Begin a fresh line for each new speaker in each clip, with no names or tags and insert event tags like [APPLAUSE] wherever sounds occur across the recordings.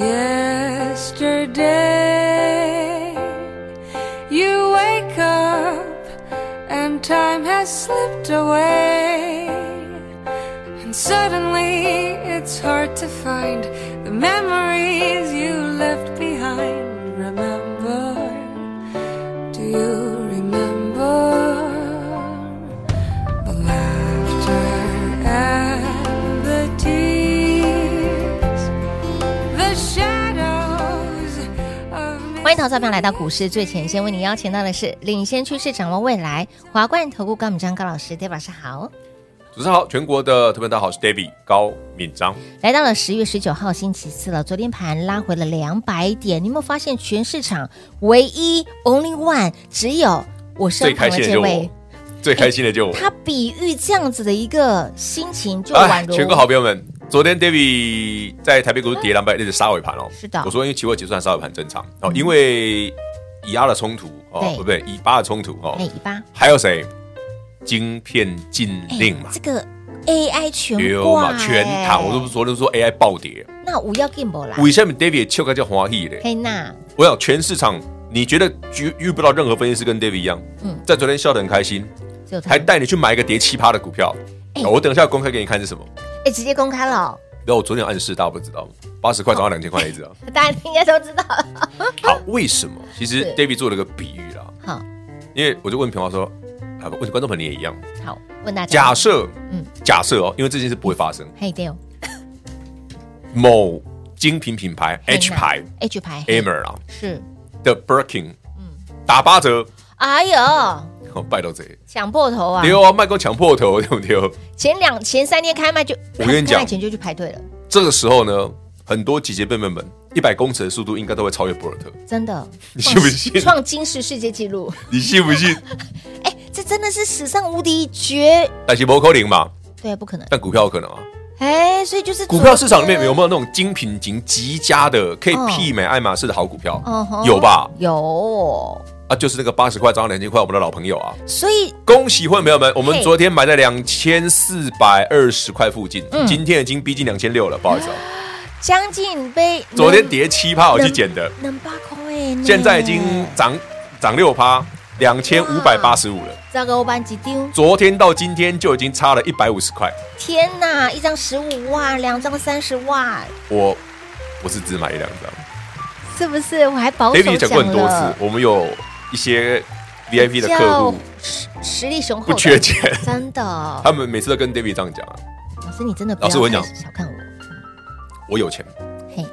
yesterday. You wake up and time has slipped away. And suddenly it's hard to find the memories you left behind. Remember, do you remember? The laughter and the tears, the shadows of
欢迎投资朋友来到股市最前线，为您邀请到的是领先趋势、掌握未来华冠投顾高敏章高老师，大家晚上好。
主持人好，全国的特别大家好，我是 David 高敏章。
来到了十月十九号星期四了，昨天盘拉回了两百点，你有没有发现全市场唯一 only one 只有我身旁的这
最开心的
位
就？最开心的
[LAUGHS]
就我，
他比喻这样子的一个心情，就
哎
宛，如
全国好朋友们，昨天 David 在台北股市跌两百点的杀尾盘哦，
是的嗯
我说因为期货结算杀尾盘正常哦，因为以阿的冲突哦
对，
不对，以巴的冲突哦
哎，尾巴
还有谁？晶片禁
哎
令嘛
这，个 AI 全
丢
挂
嘛，全
哎
躺。我都不昨天说 AI 暴跌，
那我要 game 啦，
为什么 David 切开叫华裔嘞？
哎嘿娜，
我想全市场，你觉得遇遇不到任何分析师跟 David 一样，
嗯
在昨天笑得很开心，
只有他
还带你去买一个跌七趴的股票。哦
哎
我等一下公开给你看是什么。
哎直接公开了哦，
然后我昨天有暗示，大家不知道吗？八十块涨到两千块一只啊。
[LAUGHS] 大家应该都知道 [LAUGHS] 了。
好，为什么？其实
是
David 做了个比喻啦，
好
因为我就问平华说，啊，不问观众朋友你也一样。
好问大家
假，设，
嗯
假设哦，因为这件事不会发生。
嘿对哦
某精品品牌 H 牌
，H 牌
Amer 啊
是，
的 Birkin，打
嗯
八折，
哎呦，
哦，拜到贼，
抢破头啊！
丢啊，卖光抢破头，对不对？哦
前两前三天开卖就，
我跟你讲
开卖前就去排队了，
这个时候呢，很多集结笨笨们，一百公尺的速度应该都会超越博尔特，
真的，
[LAUGHS] 你信不信
创金世世界纪录，
你信不信？
哎，这真的是史上无敌绝，
但是摩扣零嘛，
对，不可能，
但股票有可能啊。
哎，所以就是啊
股票市场里面有没有那种精品型极佳的，可以
哦
媲美爱马仕的好股票
嗯哼？
有吧？
有，
啊，就是那个八十块涨到两千块，我们的老朋友啊。
所以
恭喜会员朋友们，我们
嘿
昨天买在两千四百二十块附近，
嗯
今天已经逼近两千六了，不好意思啊。
将近被
昨天跌七趴，我去捡的，
能八空哎，
现在已经涨涨六趴，两千五百八十五了。
这个我班级丢，
昨天到今天就已经差了一百五十块，
天哪，一张十五万，两张三十万，
我不是只买一两张。
是不是？我还保守
David 也
讲
讲过很多
了
次，我们有一些 VIP 的客
叫
户
实实力雄厚，
不缺，钱，
真的。老
他们每次都跟 David 这样讲啊，
师，你真的不
老师
要
我跟
太
你
小看我，
我有钱，
嘿，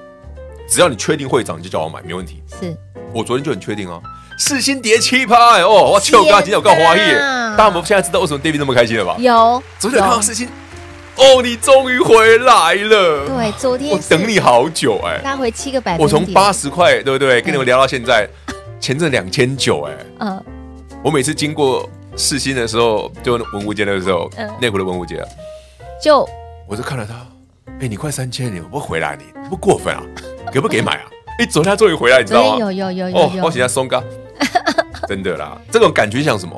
只要你确定会涨，你就叫我买，没问题。
是
我昨天就很确定啊，四星跌七趴哎哦，我跳
天哪
高，今天我高华裔，大家们现在知道为什么 David 那么开心了吧？
有
昨天有看到
有，
四星，哦，你终于回来了，
对，昨天
我等你好久哎、
拉回七个百分
我
点，
从八十块对不对，跟你们聊到现在，前阵两千九哎。
呃
我每次经过世新的时候，就文物街的时候
嗯，
内、湖的文物街啊，
就
我就看到他，哎、你快三千，你不回来你，你不过分啊？给不给买啊？哎、昨天他终于回来，你知
昨
道
天哎
吗？
有有有有
哦，我
有
请他松哥， [LAUGHS] 真的啦，这种感觉像什么？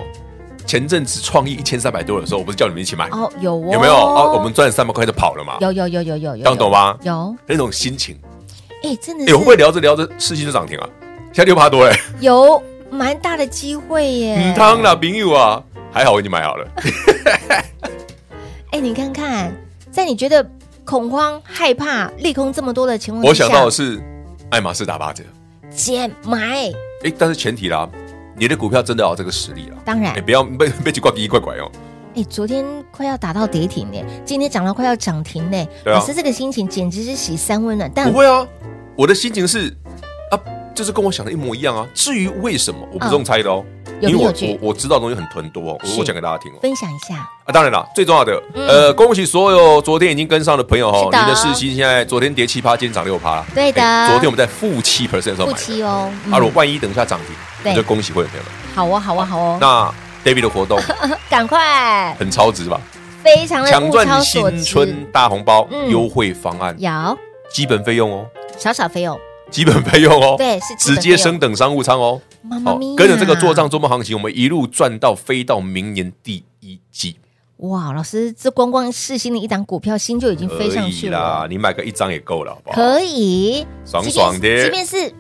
前阵子创意一千三百多的时候，我不是叫你们一起买，
哦有哦
有没有？哦，我们赚三百块就跑了嘛，
有有有有有有，
这样懂吗
有
那种心情。
哎，真的
哎、
是
我会不会聊着聊着世新就涨停啊？现在六
[LAUGHS]
趴多嘞，
有蛮大的机会耶
嗯，。汤啦，朋友啊，还好我已经买好了。
哎，你看看，在你觉得恐慌、害怕、利空这么多的情况
我
之下，
想到的是爱马仕打八折。
减买，
哎、但是前提啦，你的股票真的要有这个实力啦。
当然
哎、。不要被被去怪第一怪拐哦。
哎、昨天快要打到跌停呢，今天涨到快要涨停呢。
对啊
老师这个心情简直是洗三温暖，但
不会啊，我的心情是啊，就是跟我想的一模一样啊。至于为什么，我不是用猜的哦，
有
因为
嗯凭有
我
据，
我我知道的东西很很多哦，我
是
我讲给大家听哦。
分享一下。
啊，当然啦，最重要的，呃，恭喜所有昨天已经跟上的朋友哦，
是的
你的市心现在昨天跌七趴，今天涨六趴，
对的
哎昨天我们在负七 percent 的时候
夫
买的，
妻哦，嗯
啊，如果万一等一下涨停，
对
你就恭喜会员朋友们。
好哦，好哦，好哦，
那 David
[LAUGHS]
的活动
赶快，
很超值吧？
非常的
抢
物超
赚
所
新
值，
春大红包
嗯
优惠方案，
有
基本费用哦，
少少费用，
基本费用哦，
对是基本费
直
用
接升等商务舱哦。
妈妈咪呀，啊
跟着这个做账做梦行情，我们一路赚到飞到明年第一季
哇，老师，这光光世新的一档股票，新就已经
可
飞上
以
去
啦
了，，
你买个一张也够了，好不好？
可以，
爽爽的
即便是即便是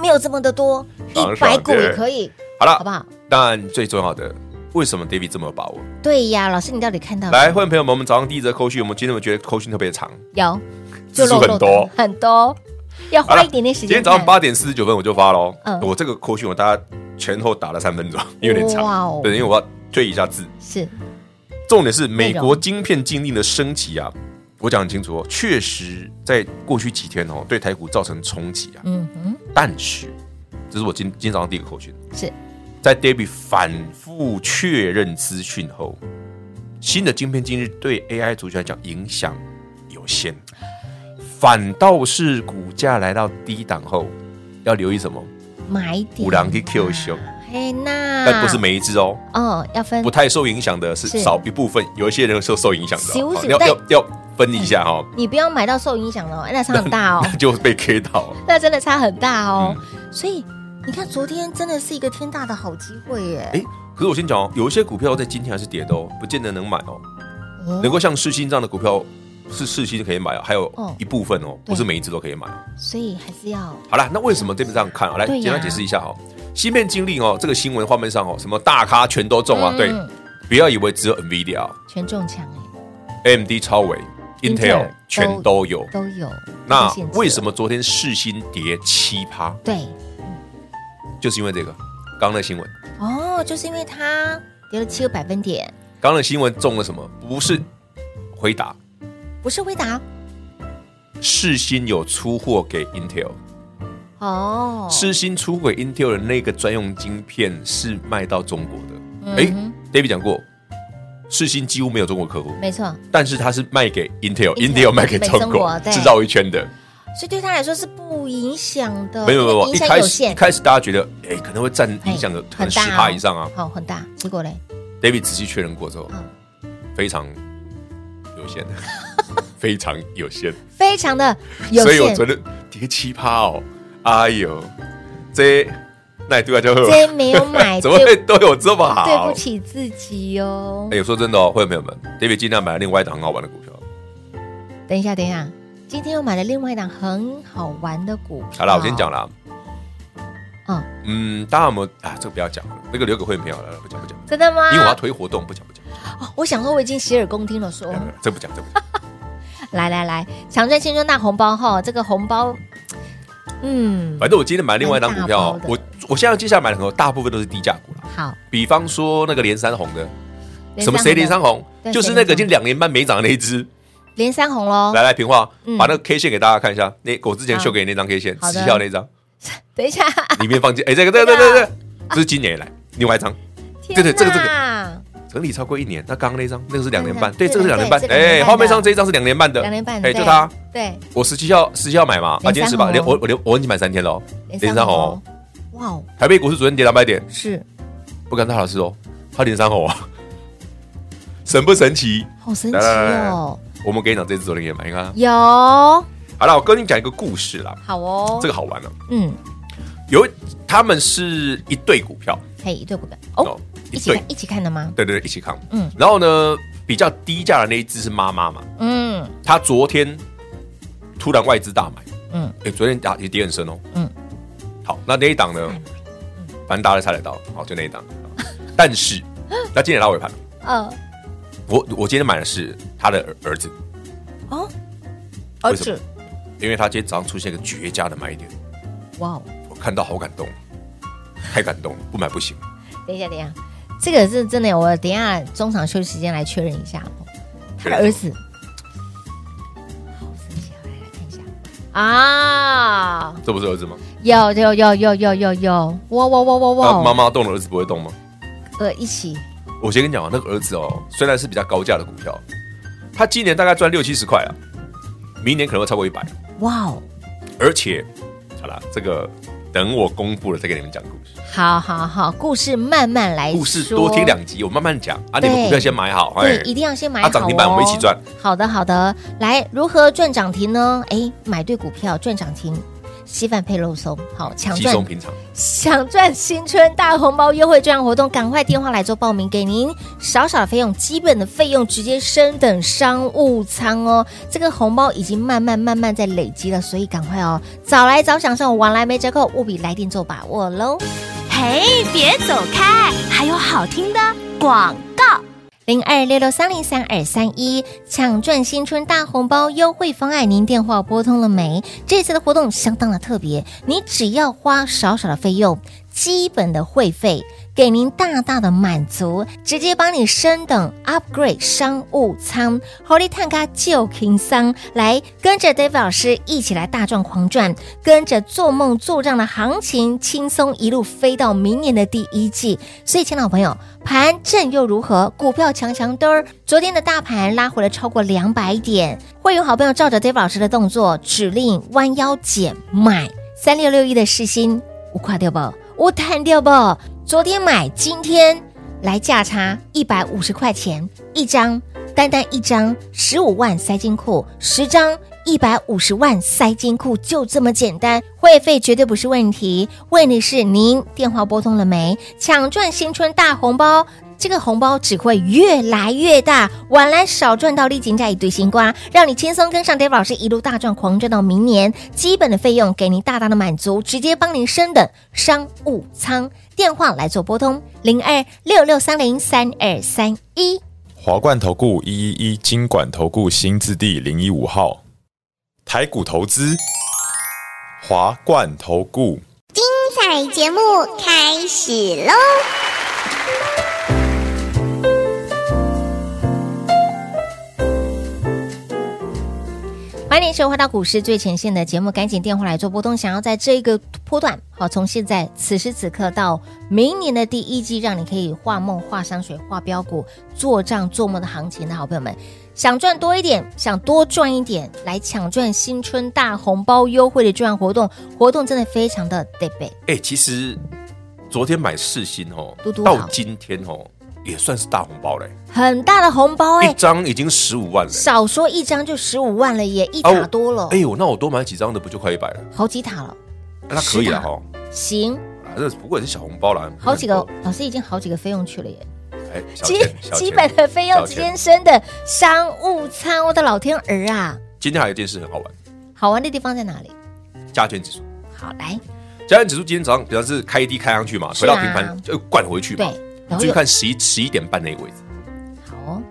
没有这么的多，
爽
一
爽
百
的
股也可以，
好
好不
了，
好？
但最重要的，为什么 David 这么有把握？
对呀，老师，你到底看到
来，欢迎朋友们，我们早上第一则扣讯，我们今天我觉得扣讯特别长，
有
字数很多
的很多，要
好
花
了
一点点时
今
间看。
天早上八点四十九分我就发喽
嗯。
我这个扣讯我大家前后打了三分钟， [LAUGHS] 因为有点
哇
长
哦，
对，因为我要推一下字。
是
重点是美
内
国
容
晶片禁令的升级啊，我讲很清楚哦，确实在过去几天哦，对台股造成冲击啊。
嗯嗯
但是，这是我今今天早上第一个口讯，
是
在 David 反复确认资讯后，新的晶片禁令对 AI 族群来讲影响有限，反倒是股价来到低档后，要留意什么？
买一点，
五郎去 Q 熊，
嘿那，
但不是每一只哦。
哦，要分
不太受影响的是
是
少一部分，有一些人受受影响的哦，
咻咻
好要
但
要要分一下哦，
你不要买到受影响了，那差很大哦，
[LAUGHS] 那 [LAUGHS] 嗯就被 K 到。
[LAUGHS] 那真的差很大哦。所以你看，昨天真的是一个天大的好机会耶！
哎，可是我先讲哦，有一些股票在今天还是跌的哦，不见得能买哦。
嗯
能够像世新这样的股票，是世新可以买哦，还有
哦
一部分哦，
对
不是每一只都可以买哦。
所以还是要
好啦，那为什么这边这样看啊？来
对呀
简单解释一下哦。芯片经历哦，这个新闻画面上哦，什么大咖全都中啊？
嗯
对，不要以为只有 NVIDIA 哦、
权重强哎，
AMD、超微、
Intel
Intel 全都有。
都有。
那
都限制了
为什么昨天世新跌七趴？
对
就是因为这个，刚刚的新闻，
哦，就是因为它跌了七个百分点，
刚刚的新闻中了什么？不是回答，
不是回答
世新有出货给 Intel。
哦，
世新出轨 Intel 的那个专用晶片是卖到中国的。
嗯
哎、
哼
d a v i d 讲过，世新几乎没有中国客户，
没错，
但是它是卖给
Intel，
Intel，Intel 卖给中
卖中
国
国对
制造一圈的。
所以对他来说是不影响的，
没有没有，没有
哦影
一
响
开
有
始一
限，
开始大家觉得，哎、可能会占
哎
影响的可能十
很大哦
趴以上啊。
好很大，结果嘞，
David 仔细确认过之后
嗯，
非常有限， [LAUGHS] 非常有限。
非常
[LAUGHS]
的有
所以我
限
觉，得跌七趴哦，哎呦，这那对外就
这没有买，
[LAUGHS] 怎么
对
会都有这么好？
对不起自己哦
哎、。说真的哦，会员朋友们，David 尽量买了另外一档很好玩的股票。
等一下，等一下，今天又买了另外一档很好玩的股票。
好啦，我先讲，啦。
嗯
嗯，大家有没有啊？这个不要讲了，那个留给会员朋友了，不讲不讲，
真的吗？
因为我要推活动，不讲不讲，
哦我想说我已经洗耳恭听了说，
没有没有这不讲这不讲。
来来来，抢赚青春大红包哈，这个红包，嗯，
反正我今天买另外一档股票哦
蛮大，包
我我现在接下来买的很多，大部分都是低价股啦。
好，
比方说那个连三红的，
连
什么
三
谁
红
连
的
三红，
对
就是
谁
那个
连三
已经两年半没涨的那一只。
连三红喽
来。来，平话
嗯，
把那个 K 线给大家看一下，那我之前
好
秀给你那张 K 线，
好的
时效那
[LAUGHS]
张，
等一下，
里面放进，哎，这个这个这个这
啊
个，这是今年以来另外一张。 [LAUGHS] 对对这个这个
个
整理超过一年。那刚刚那张，那个是两年半，
对
对，这个是两年半
对。这个两年
哎，
半
后面上这一张是两年半的，
两年半，
哎，
对
就它。
对，
我十七号十七号买嘛，啊，今天十八，
连
连
三红哦
我我连我已经买三天了哦。
连三
三红
红
哦，
哇哦，
台北股市昨天跌两百点，
是
不敢大老师哦， [LAUGHS] 它连三红啊，神不神奇？
好神奇
来来来
哦，
我们给你讲这次昨天也买，你看啊。
有
好了，我跟你讲一个故事啦，
好哦，
这
个
个好玩了。
嗯，
有一他们是一对股票
可以一对股票哦，一
一
起
对
看，一起看的吗？
对对对，一起扛。
嗯
嗯，然后呢，比较低价的那一只是妈妈嘛，
嗯，
她昨天突然外资大买，
嗯
嗯，哎，昨天打也跌很深哦，
嗯
嗯，好，那那一档呢，反正大家都猜得到，好，就那一档，但是那今天也拉尾盘，
呃，
我我今天买的是他的儿儿子，
哦，
为
儿
什么
子，
因为他今天早上出现一个绝佳的买点，
哇哦，
我看到好感动，太感动了，不买不行。
等一下，等一下，这个是真的，我等一下中场休息时间来确认一下哦。他的儿子，好神奇啊，来来看一下啊，
这不是儿子吗？
有有有有有有有，哇哇哇哇
啊，妈
哇！
妈动了，儿子不会动吗？
呃，一起
我先跟你讲啊，那个儿子哦，虽然是比较高价的股票，他今年大概赚六七十块啊，明年可能会超过一百，
哇哦，
而且好啦，这个等我公布了再给你们讲故事。
好好好，故事慢慢来说，
故事多听两集，我慢慢讲啊。你们
对
股票先买好，
对，一定要先买好、哦。
啊涨停板我们一起赚。
好的，好的。来，如何赚涨停呢？哎，买对股票赚涨停，稀饭配肉松，好抢
稀
赚
松平常。
想赚新春大红包优惠券活动，赶快电话来做报名，给您少少的费用，基本的费用直接升等商务舱哦。这个红包已经慢慢慢慢在累积了，所以赶快哦，早来早享受，晚来没折扣，务必来电做把握喽。
嘿，别走开，还有好听的广告。
零二六六三零三二三一抢赚新春大红包优惠方案，您电话拨通了没？这次的活动相当的特别，你只要花少少的费用，基本的会费，给您大大的满足，直接帮你升等 upgrade 商务舱，Holy 探咖就情商，来跟着 David 老师一起来大赚狂赚，跟着做梦做账的行情，轻松一路飞到明年的第一季。所以，亲爱的朋友，盘正又如何？股票强强嘚儿，昨天的大盘拉回了超过两百点，会有好朋友照着 Dave 老师的动作指令弯腰捡买三六六一的世新，我垮掉不？我弹掉不？昨天买，今天来价差一百五十块钱一张，单单一张十五万塞金库，十张一百五十万塞金库，就这么简单。会费绝对不是问题，问题是您电话拨通了没？抢赚新春大红包！这个红包只会越来越大，晚来少赚到立金价一堆新瓜，让你轻松跟上 Dave 老师一路大赚狂赚到明年。基本的费用给您大大的满足，直接帮您升等商务舱。电话来做拨通零二六六三零三二三一。
华冠投顾一一一金管投顾新字第零一五号，台股投资，华冠投顾。
彩节目开始喽！
欢迎收回到股市最前线的节目，赶紧电话来做波动。想要在这一个波段，好，从现在此时此刻到明年的第一季，让你可以画梦、画山水、画标股、做账、做梦的行情的好朋友们，想赚多一点，想多赚一点，来抢赚新春大红包优惠的券活动，活动真的非常的得背。
哎，其实昨天买世新哦
嘟，嘟好
到今天哦，也算是大红包嘞，
很大的红包哎、
一张已经十五万嘞，
少说一张就十五万了耶，一
啊
塔
我
多了，哦
哎呦，那我多买几张的不就快一百了？啊
好几塔了，
那可以了
是
哈，
行，
啊这不过也是小红包啦，
好几个老师已经好几个费用去了耶。
哎，小
基
钱小
基
钱
本的费用
小
直
钱
接升的商务舱，我的老天儿啊！
今天还有一件事很好玩，
好玩的地方在哪里？
加权指数，
好，来，
加权指数今天早上比较是开低开上去嘛，
是
回到
啊
平盘就灌回去
对
嘛，，
然
你
后
注意
有
看十一十一点半那个位置。
好哦，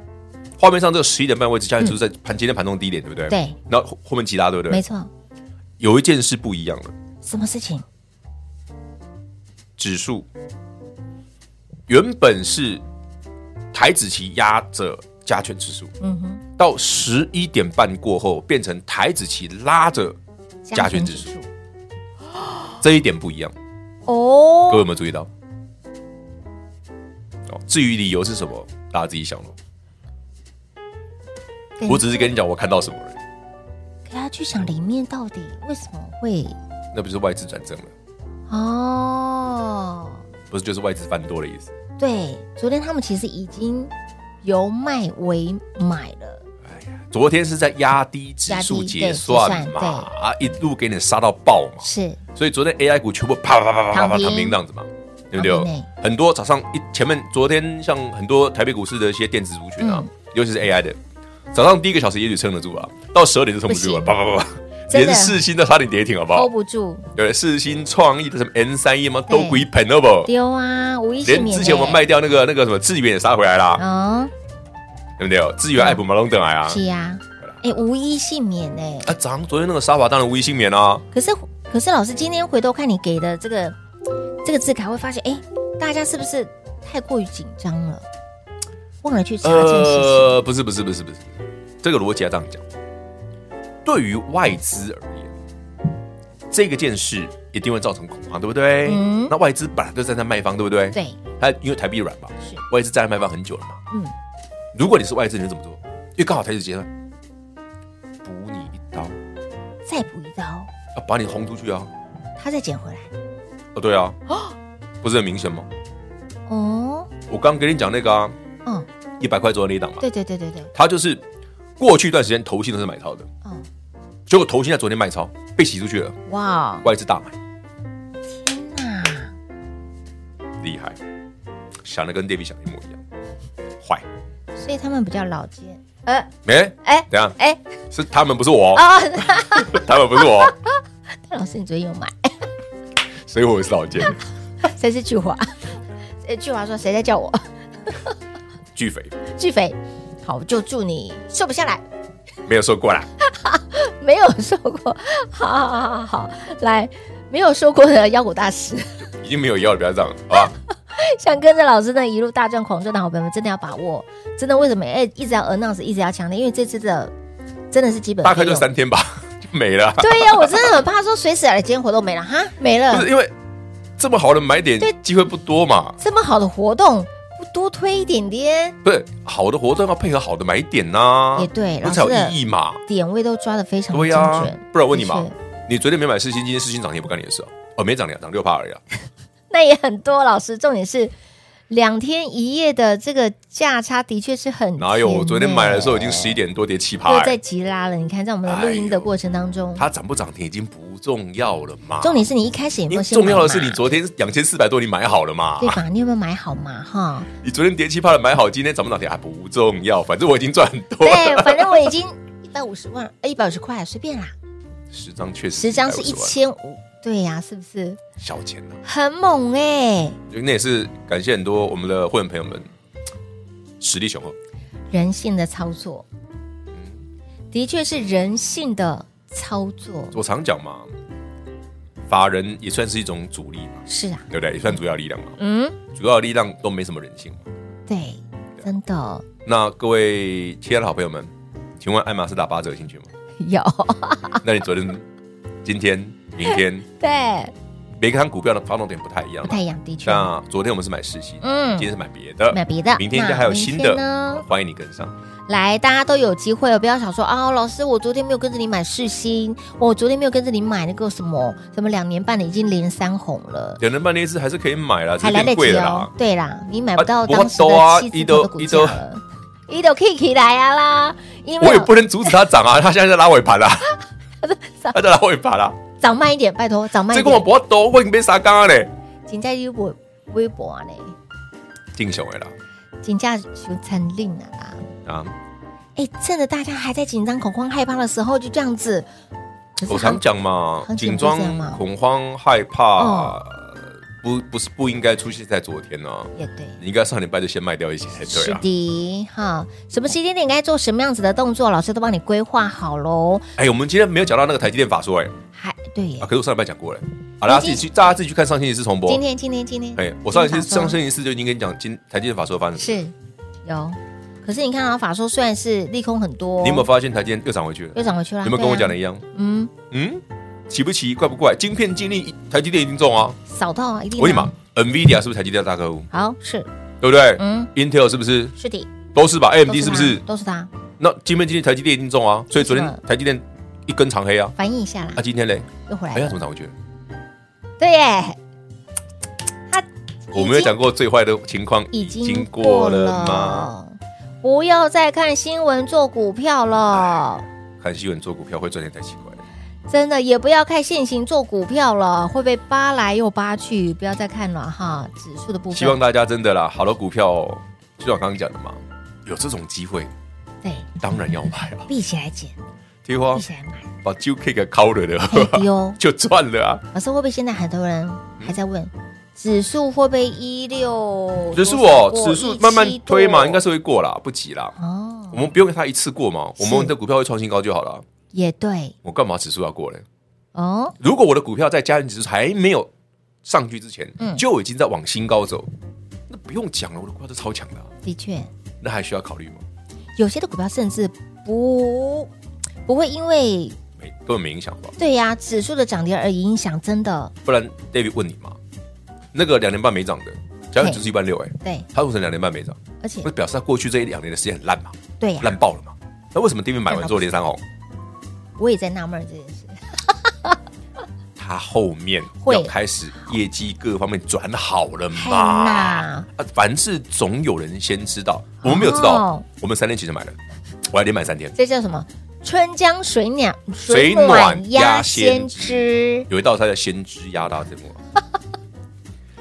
画面上这个十一点半位置，加权指数在盘今天盘中低点，对不对？
对。
然后后后面急拉，对不对？
没。错，
有一件事不一样了，
什么事情？
指数原本是台子期压着加权指数，
嗯哼，
到十一点半过后变成台子期拉着加权指数，这一点不一样。各位
哦，
有没有注意到？哦，至于理由是什么，大家自己想咯。
嗯
我只是跟你讲我看到什么而已，
给他去想里面到底为什么会
那不是外资转正了，
哦，
不是就是外资翻多的意思。
对，昨天他们其实已经由卖为买了，
昨天是在压低指
压
数
低
结算
对结算
嘛，
对
啊，一路给你杀到爆嘛，
是
所以昨天 AI 股全部啪啪啪啪啪
躺
啪
平
躺平这样子嘛，对不
躺平
对
欸？
很多早上一前面昨天像很多台北股市的一些电子族群
嗯
啊，尤其是 AI 的，早上第一个小时也许撑得住啊，到十二点就撑不住了，
不行
啪啪啪啪，
真的
连四星都差点跌停好不好
hold？不住，
对，四星创意的什么 N 三一吗？
对
都鬼盆好不好？
丢啊，无一幸
连
免。
之前我们卖，掉那个那个什么智源也杀回来啦，
嗯，
对不对？智源爱普马龙等来啊，
是呀，哎，无一幸免哎。
啊，早上昨天那个杀法当然无一幸免啊。
可是可是老师今天回头看你给的这个这个字卡，会发现哎，大家是不是太过于紧张了，忘了去查证事情？
呃，不是不是不是不是，这个逻辑要这样讲。对于外资而言，这个件事一定会造成恐慌，对不对？
嗯
那外资本来就站在卖方，对不对？
对，
它因为台币软嘛，
是
外资站在卖方很久了嘛。
嗯，
如果你是外资，你会怎么做？因为刚好台子阶段，补你一刀，
再补一刀，
要把你轰出去啊！
他再捡回来。
哦，对啊，不是很明显吗？
哦，
我刚跟你讲那个啊，
嗯，
一百块左右那一档嘛，
对对对对对，
它就是过去一段时间投信都是买超的，
嗯，
结果投信在昨天卖超，被洗出去了，
哇，
外资大买，
天哪，
厉害，想的跟 David 想的一模一样，坏，
所以他们比较老奸。呃，
哎
哎
怎样？
哎，
是他们不是我，
哦， [LAUGHS]
他们不是我，哦
但老师你昨天有买？
[LAUGHS]
[LAUGHS]
所以我是老奸，
谁是巨华？ [LAUGHS] 呃，巨华说谁在叫我？ [LAUGHS]
巨肥
巨肥，好，就祝你瘦不下来，
没有说过啦，
没有瘦过，好好好好好，来，没有瘦过的腰股大师。 [LAUGHS]
已经没有要了，不要这样，好
嗯
吧？
想跟着老师呢一路大赚狂赚的好朋友们，真的要把握，真的为什么哎一直要 announce，一直要强调，因为这次的真的是基本
大概
费
就
用。
三天吧， [LAUGHS] 就没了啊，
对呀、我真的很怕说随时哎今天活动没了
[LAUGHS]
哈，没
不
了
是，因为这么好的买点
对
机会不多嘛，
这么好的活动，不多推一点点，
不是好的活动要配合好的买点呐、
也对
那才有
老师的
意义嘛。
点位都抓的非常
对
精
呀、
准。
不然我问你嘛
的确，
你昨天没买四星，今天四星涨停也不干你的事啊？哦，没涨两涨六趴而已啊。
那也很多。老师，重点是两天一夜的这个价差的确是很
哪有？
甜
我昨天买的时候已
欸
经十一点多跌七趴、
又在
欸，
急拉了。你看，在我们的录音的过程当中，
它涨不涨停已经不重要了嘛。
重点是你一开始有没
因
有
为
先买
重
嘛
要的是你昨天两千四百多你买好了嘛
对？吧？你有没有买好嘛？
[LAUGHS]
哈，
你昨天跌七趴的买好，今天涨不涨停还不重要，反正我已经赚很多了。
对，反正我已经一百五十万，呃，一百五十块，随便啦，
十张确实150万，
十张是一千五，对呀、是不是
小钱啊。
很猛哎、
那也是感谢很多我们的会员朋友们，实力雄厚。
人性的操作，的确是人性的操作，
我常讲嘛，法人也算是一种主力嘛，
是啊，
对不对？也算主要力量嘛。
嗯，
主要的力量都没什么人性嘛。
对，真的哦
那各位亲爱的好朋友们，请问爱马仕打八折有兴
[LAUGHS]
趣吗？
有，
那你昨天、今天、明天
对，
每个行股票的发动点不太一样
不
嘛
太？一样，的确，
那昨天我们是买世新，
嗯
今天是买别的，
买别的
明天应该还有新的
那明天呢，
欢迎你跟上。
来，大家都有机会哦，不要想说啊、老师，我昨天没有跟着你买世新，我昨天没有跟着你买那个什么什么两年半的，已经连三红了。
两人半那一次还是可以买啦，只
还
是
来得
变贵
及
了
哦
啦。。
对啦，你买不到
啊不
当时
我懂啊
的七字头的股价了，一都 K K 来啊啦，因
我
为
也不能阻止它
[LAUGHS]
涨啊，它现在在拉尾盘啦，它在拉尾盘啦。
涨慢一点，拜托涨慢
这
一
跟我
点，
不要多，我已经被杀干了嘞。
金价微博微博啊嘞，
进雄的啦
金价就成令了啦。
啊！
哎，趁着大家还在紧张、恐慌、害怕的时候，就这样子。可是
我
行
常讲嘛，
行情不
紧
是
张
这样吗、
恐慌、害怕
哦，
不不是不应该出现在昨天呢、啊。
也对。
你应该上礼拜就先卖掉一些才
是
对啊。
的，哈，什么时间点该做什么样子的动作，老师都帮你规划好喽。
哎，我们今天没有讲到那个台积电法说，哎，
还对耶
啊，可是我上礼拜讲过了。好，大家自己去，大家自己去看上星期四重播
今。天今天今天，
哎，我上一次
今天早
上
上啊
星期四就已经跟你讲，今台积电法说发生什么。
是有，可是你看到啊法说虽然是利空很多，哦
你有没有发现台积电又涨回去了？
又涨回去了？
有没有跟我
对啊
讲的一样？
嗯，
嗯，奇不奇，怪不怪？晶片经历，台积电一定中啊！
扫到啊，一定
我
的
跟你讲，NVIDIA 是不是台积电的大客户？
好是，
对不对
嗯，
？Intel 是不是？
是的，
都是吧
都
？AMD
他
是不是？
都是他？
那晶片今天台积电一定中啊，所以昨
是
天
的
台积电一根长黑啊。
反应一下啦
那，今天嘞，
又回来
哎呀，
了
怎，么涨回去了？
对耶，他
我没有讲过最坏的情况
已经
已
已
经
经
过
过
了吗？
了，不要再看新闻做股票了。
看新闻做股票会赚钱才奇怪。
真的也不要看现行做股票了，会被扒来又扒去，不要再看了哈。指数的部分，
希望大家真的啦，好的股票，就像我刚刚讲的嘛，有这种机会，
对
当然要买啊。
闭起来捡，
对吧
闭？起来买，
把 j K 给敲了
[LAUGHS] 嘿
的， [LAUGHS]
丢。
就赚了啊。
老师会不会现在很多人
嗯
还在问，指数会不会一六？
指数哦，指数慢慢推嘛，应该
是
是会过啦，不急啦。
哦
我，们不用它一次过嘛，
是
我们的股票会创新高就好了。
也对
我干嘛指数要过嘞？
哦，
如果我的股票在加权指数还没有上去之前，
嗯
就已经在往新高走，那不用讲了，我的股票都超强的啊、
的确，
那还需要考虑吗？
有些的股票甚至不不会因为
没根本没影响吧？
对呀、指数的涨跌而已，影响真的
不然 David 问你嘛，那个两年半没涨的，假如
嘿
指数一万六，哎，
对，
它为什么两年半没涨？
而且
那表示它过去这一两年的时间很烂嘛，
对呀、
烂爆了嘛？那为什么
啊
David 买完之后连三红？
我也在纳闷这件事。
它后面
会
要开始业绩各方面转好了
嘿
嘛？
呐，
啊，凡事总有人先知道，我们没有知道，
哦
我们三天前就买了，我还连买三天。
这叫什么？春江水暖
水暖鸭先
知。
有一道菜叫先知压大这
[LAUGHS]
幕。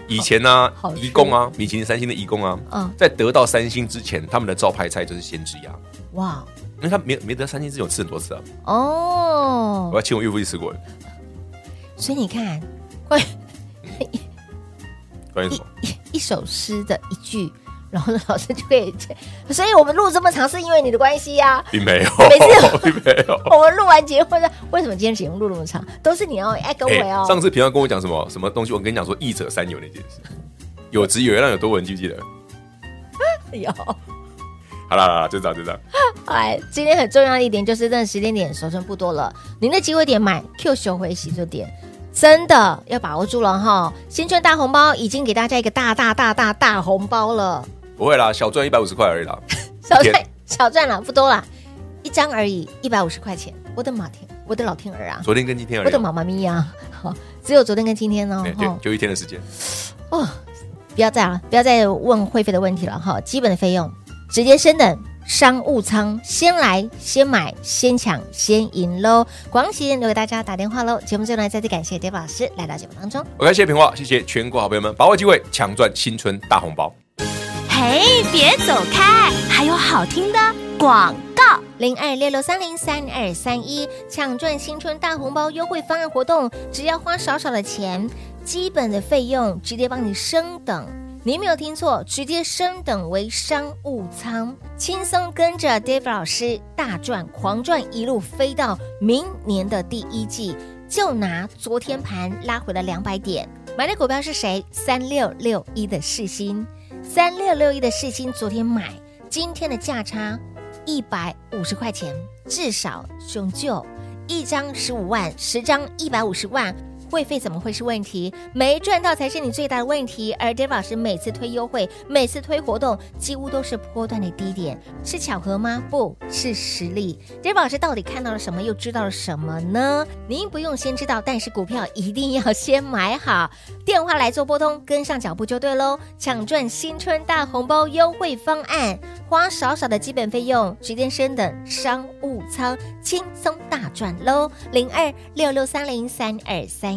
以前呢、
好吃
义工啊，米其林三星的义工啊，
嗯
在得到三星之前，他们的招牌菜就是先知鸭，
哇
因为他没没得三星之前我吃很多次啊，我
哦，
还请我岳父去吃过了。
所以你看，关于
关
[LAUGHS]
于什么？
一首诗的一句，然后老师就可以解，所以我们录这么长是因为你的关系呀、
并没有
每次，
[LAUGHS] 并没有。
我们录完节目的，为什么今天节目录那么长？ [LAUGHS] 都是你哦，哎，跟我哦。
上次平常跟我讲什么什么东西，我跟你讲说“一者三有”那件事，有直有量有多文，记不记得？
有，
好啦好啦，就这样就这样。
哎，今天很重要的一点就是，真的时间点手剩不多了，您的机会点买 Q 修回洗就点。真的要把握住了哈！新春大红包已经给大家一个大大大大大红包了，
不会啦，小赚一百五十块而已啦。
小赚
天
小赚了不多啦，一张而已，一百五十块钱。我的妈天，我的老天儿啊，
昨天跟今天而已
我的
啦。
妈妈咪呀！ [LAUGHS] 好，只有昨天跟今天哦
哎，
哈
就就一天的时间，
哦，不要再了，不要再问会费的问题了哈，基本的费用直接升等。商务舱先来先买先抢先赢喽！广喜留给大家打电话喽。节目最后呢，再次感谢 d a 老师来到节目当中。
我感谢平话，谢谢全国好朋友们，把握机会抢赚新春大红包。
嘿，别走开，还有好听的广告。
零二六六三零三二三一，抢赚新春大红包优惠方案活动，只要花少少的钱，基本的费用直接帮你升等。你没有听错，直接升等为商务舱，轻松跟着 Dave 老师大赚狂赚，一路飞到明年的第一季。就拿昨天盘拉回了两百点，买的股票是谁？三六六一的世新，三六六一的世新昨天买，今天的价差一百五十块钱，至少熊就一张十五万，十张一百五十万。会费怎么会是问题？没赚到才是你最大的问题。而 Dave 老师每次推优惠，每次推活动，几乎都是波段的低点，是巧合吗？不是实力。Dave 老师到底看到了什么，又知道了什么呢？您不用先知道，但是股票一定要先买好。电话来做拨通，跟上脚步就对喽。抢赚新春大红包优惠方案，花少少的基本费用，直接升等商务舱，轻松大赚喽！零二六六三零三二三